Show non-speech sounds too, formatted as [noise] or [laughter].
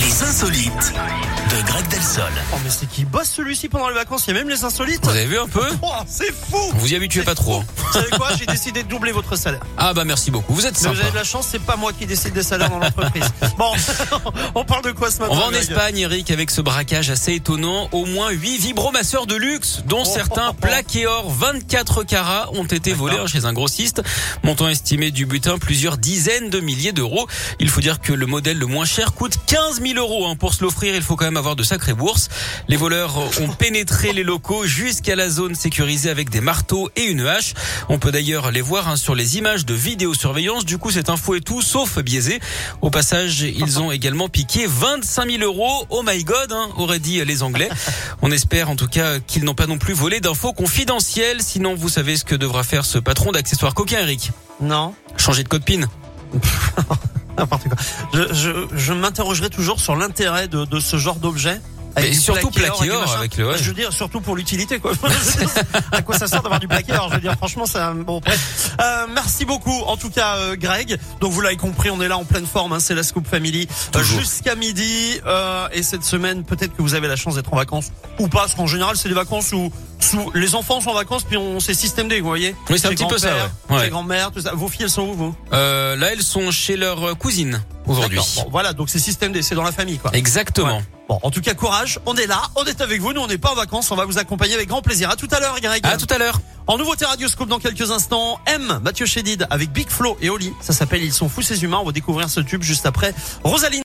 insolites de Greg Delsol. Oh mais c'est qui bosse celui-ci pendant les vacances, il y a même les insolites Vous avez vu un peu Oh, c'est fou Vous y habituez pas trop. hein. Vous savez quoi J'ai décidé de doubler [laughs] votre salaire. Ah bah merci beaucoup. Vous êtes Mais vous sympa. avez de la chance, c'est pas moi qui décide des salaires [laughs] dans l'entreprise. Bon, [laughs] on parle de quoi ce matin On va en Greg Espagne, Eric, avec ce braquage assez étonnant. Au moins 8 vibromasseurs de luxe, Oh. dont certains plaqués or 24 carats, ont été volés hein, chez un grossiste. Montant estimé du butin, plusieurs dizaines de milliers d'euros. Il faut dire que le modèle le moins cher coûte 15 000 euros. hein. Pour se l'offrir, il faut quand même avoir de sacrées bourses. Les voleurs ont pénétré les locaux jusqu'à la zone sécurisée avec des marteaux et une hache. On peut d'ailleurs les voir hein, sur les images de vidéosurveillance. Du coup, cette info est tout sauf biaisée. Au passage, ils ont également piqué 25 000 euros. Oh my god, hein, auraient dit les Anglais. On espère en tout cas qu'ils n'ont pas non plus volé d'infos confidentielles. Sinon, vous savez ce que devra faire ce patron d'accessoires coquins, Eric. Non, Changer de copine. n'importe quoi. Je, je, je m'interrogerai toujours sur l'intérêt de, de ce genre d'objet. avec Mais du surtout plaqué plaqué or et du or machin. avec le- ouais. Je veux dire, surtout pour l'utilité, quoi. [laughs] Je veux dire, à quoi ça sert d'avoir du plaqué or Je veux dire, franchement, c'est un bon bref. Euh, merci beaucoup, en tout cas, euh, Greg. Donc, vous l'avez compris, on est là en pleine forme. Hein, c'est la Scoop Family Euh, Toujours. jusqu'à midi. euh, et cette semaine, peut-être que vous avez la chance d'être en vacances ou pas, parce qu'en général, c'est des vacances où, sous les enfants sont en vacances, puis on c'est système D, vous voyez. Oui, c'est un Chez petit peu ça, grand-père, ouais. Ouais. chez grand-mère, tout ça. Vos filles, elles sont où vous Euh, là, elles sont chez leur cousine aujourd'hui. D'accord. Bon, voilà, donc c'est système D, c'est dans la famille, quoi. Exactement. Ouais. Bon, en tout cas, courage. On est là, on est avec vous. Nous, on n'est pas en vacances. On va vous accompagner avec grand plaisir. À tout à l'heure, Greg. À tout à l'heure. En nouveauté Radioscope dans quelques instants. M, Mathieu Chédid avec Big Flo et Oli. Ça s'appelle Ils sont fous ces humains. On va découvrir ce tube juste après. Rosaline.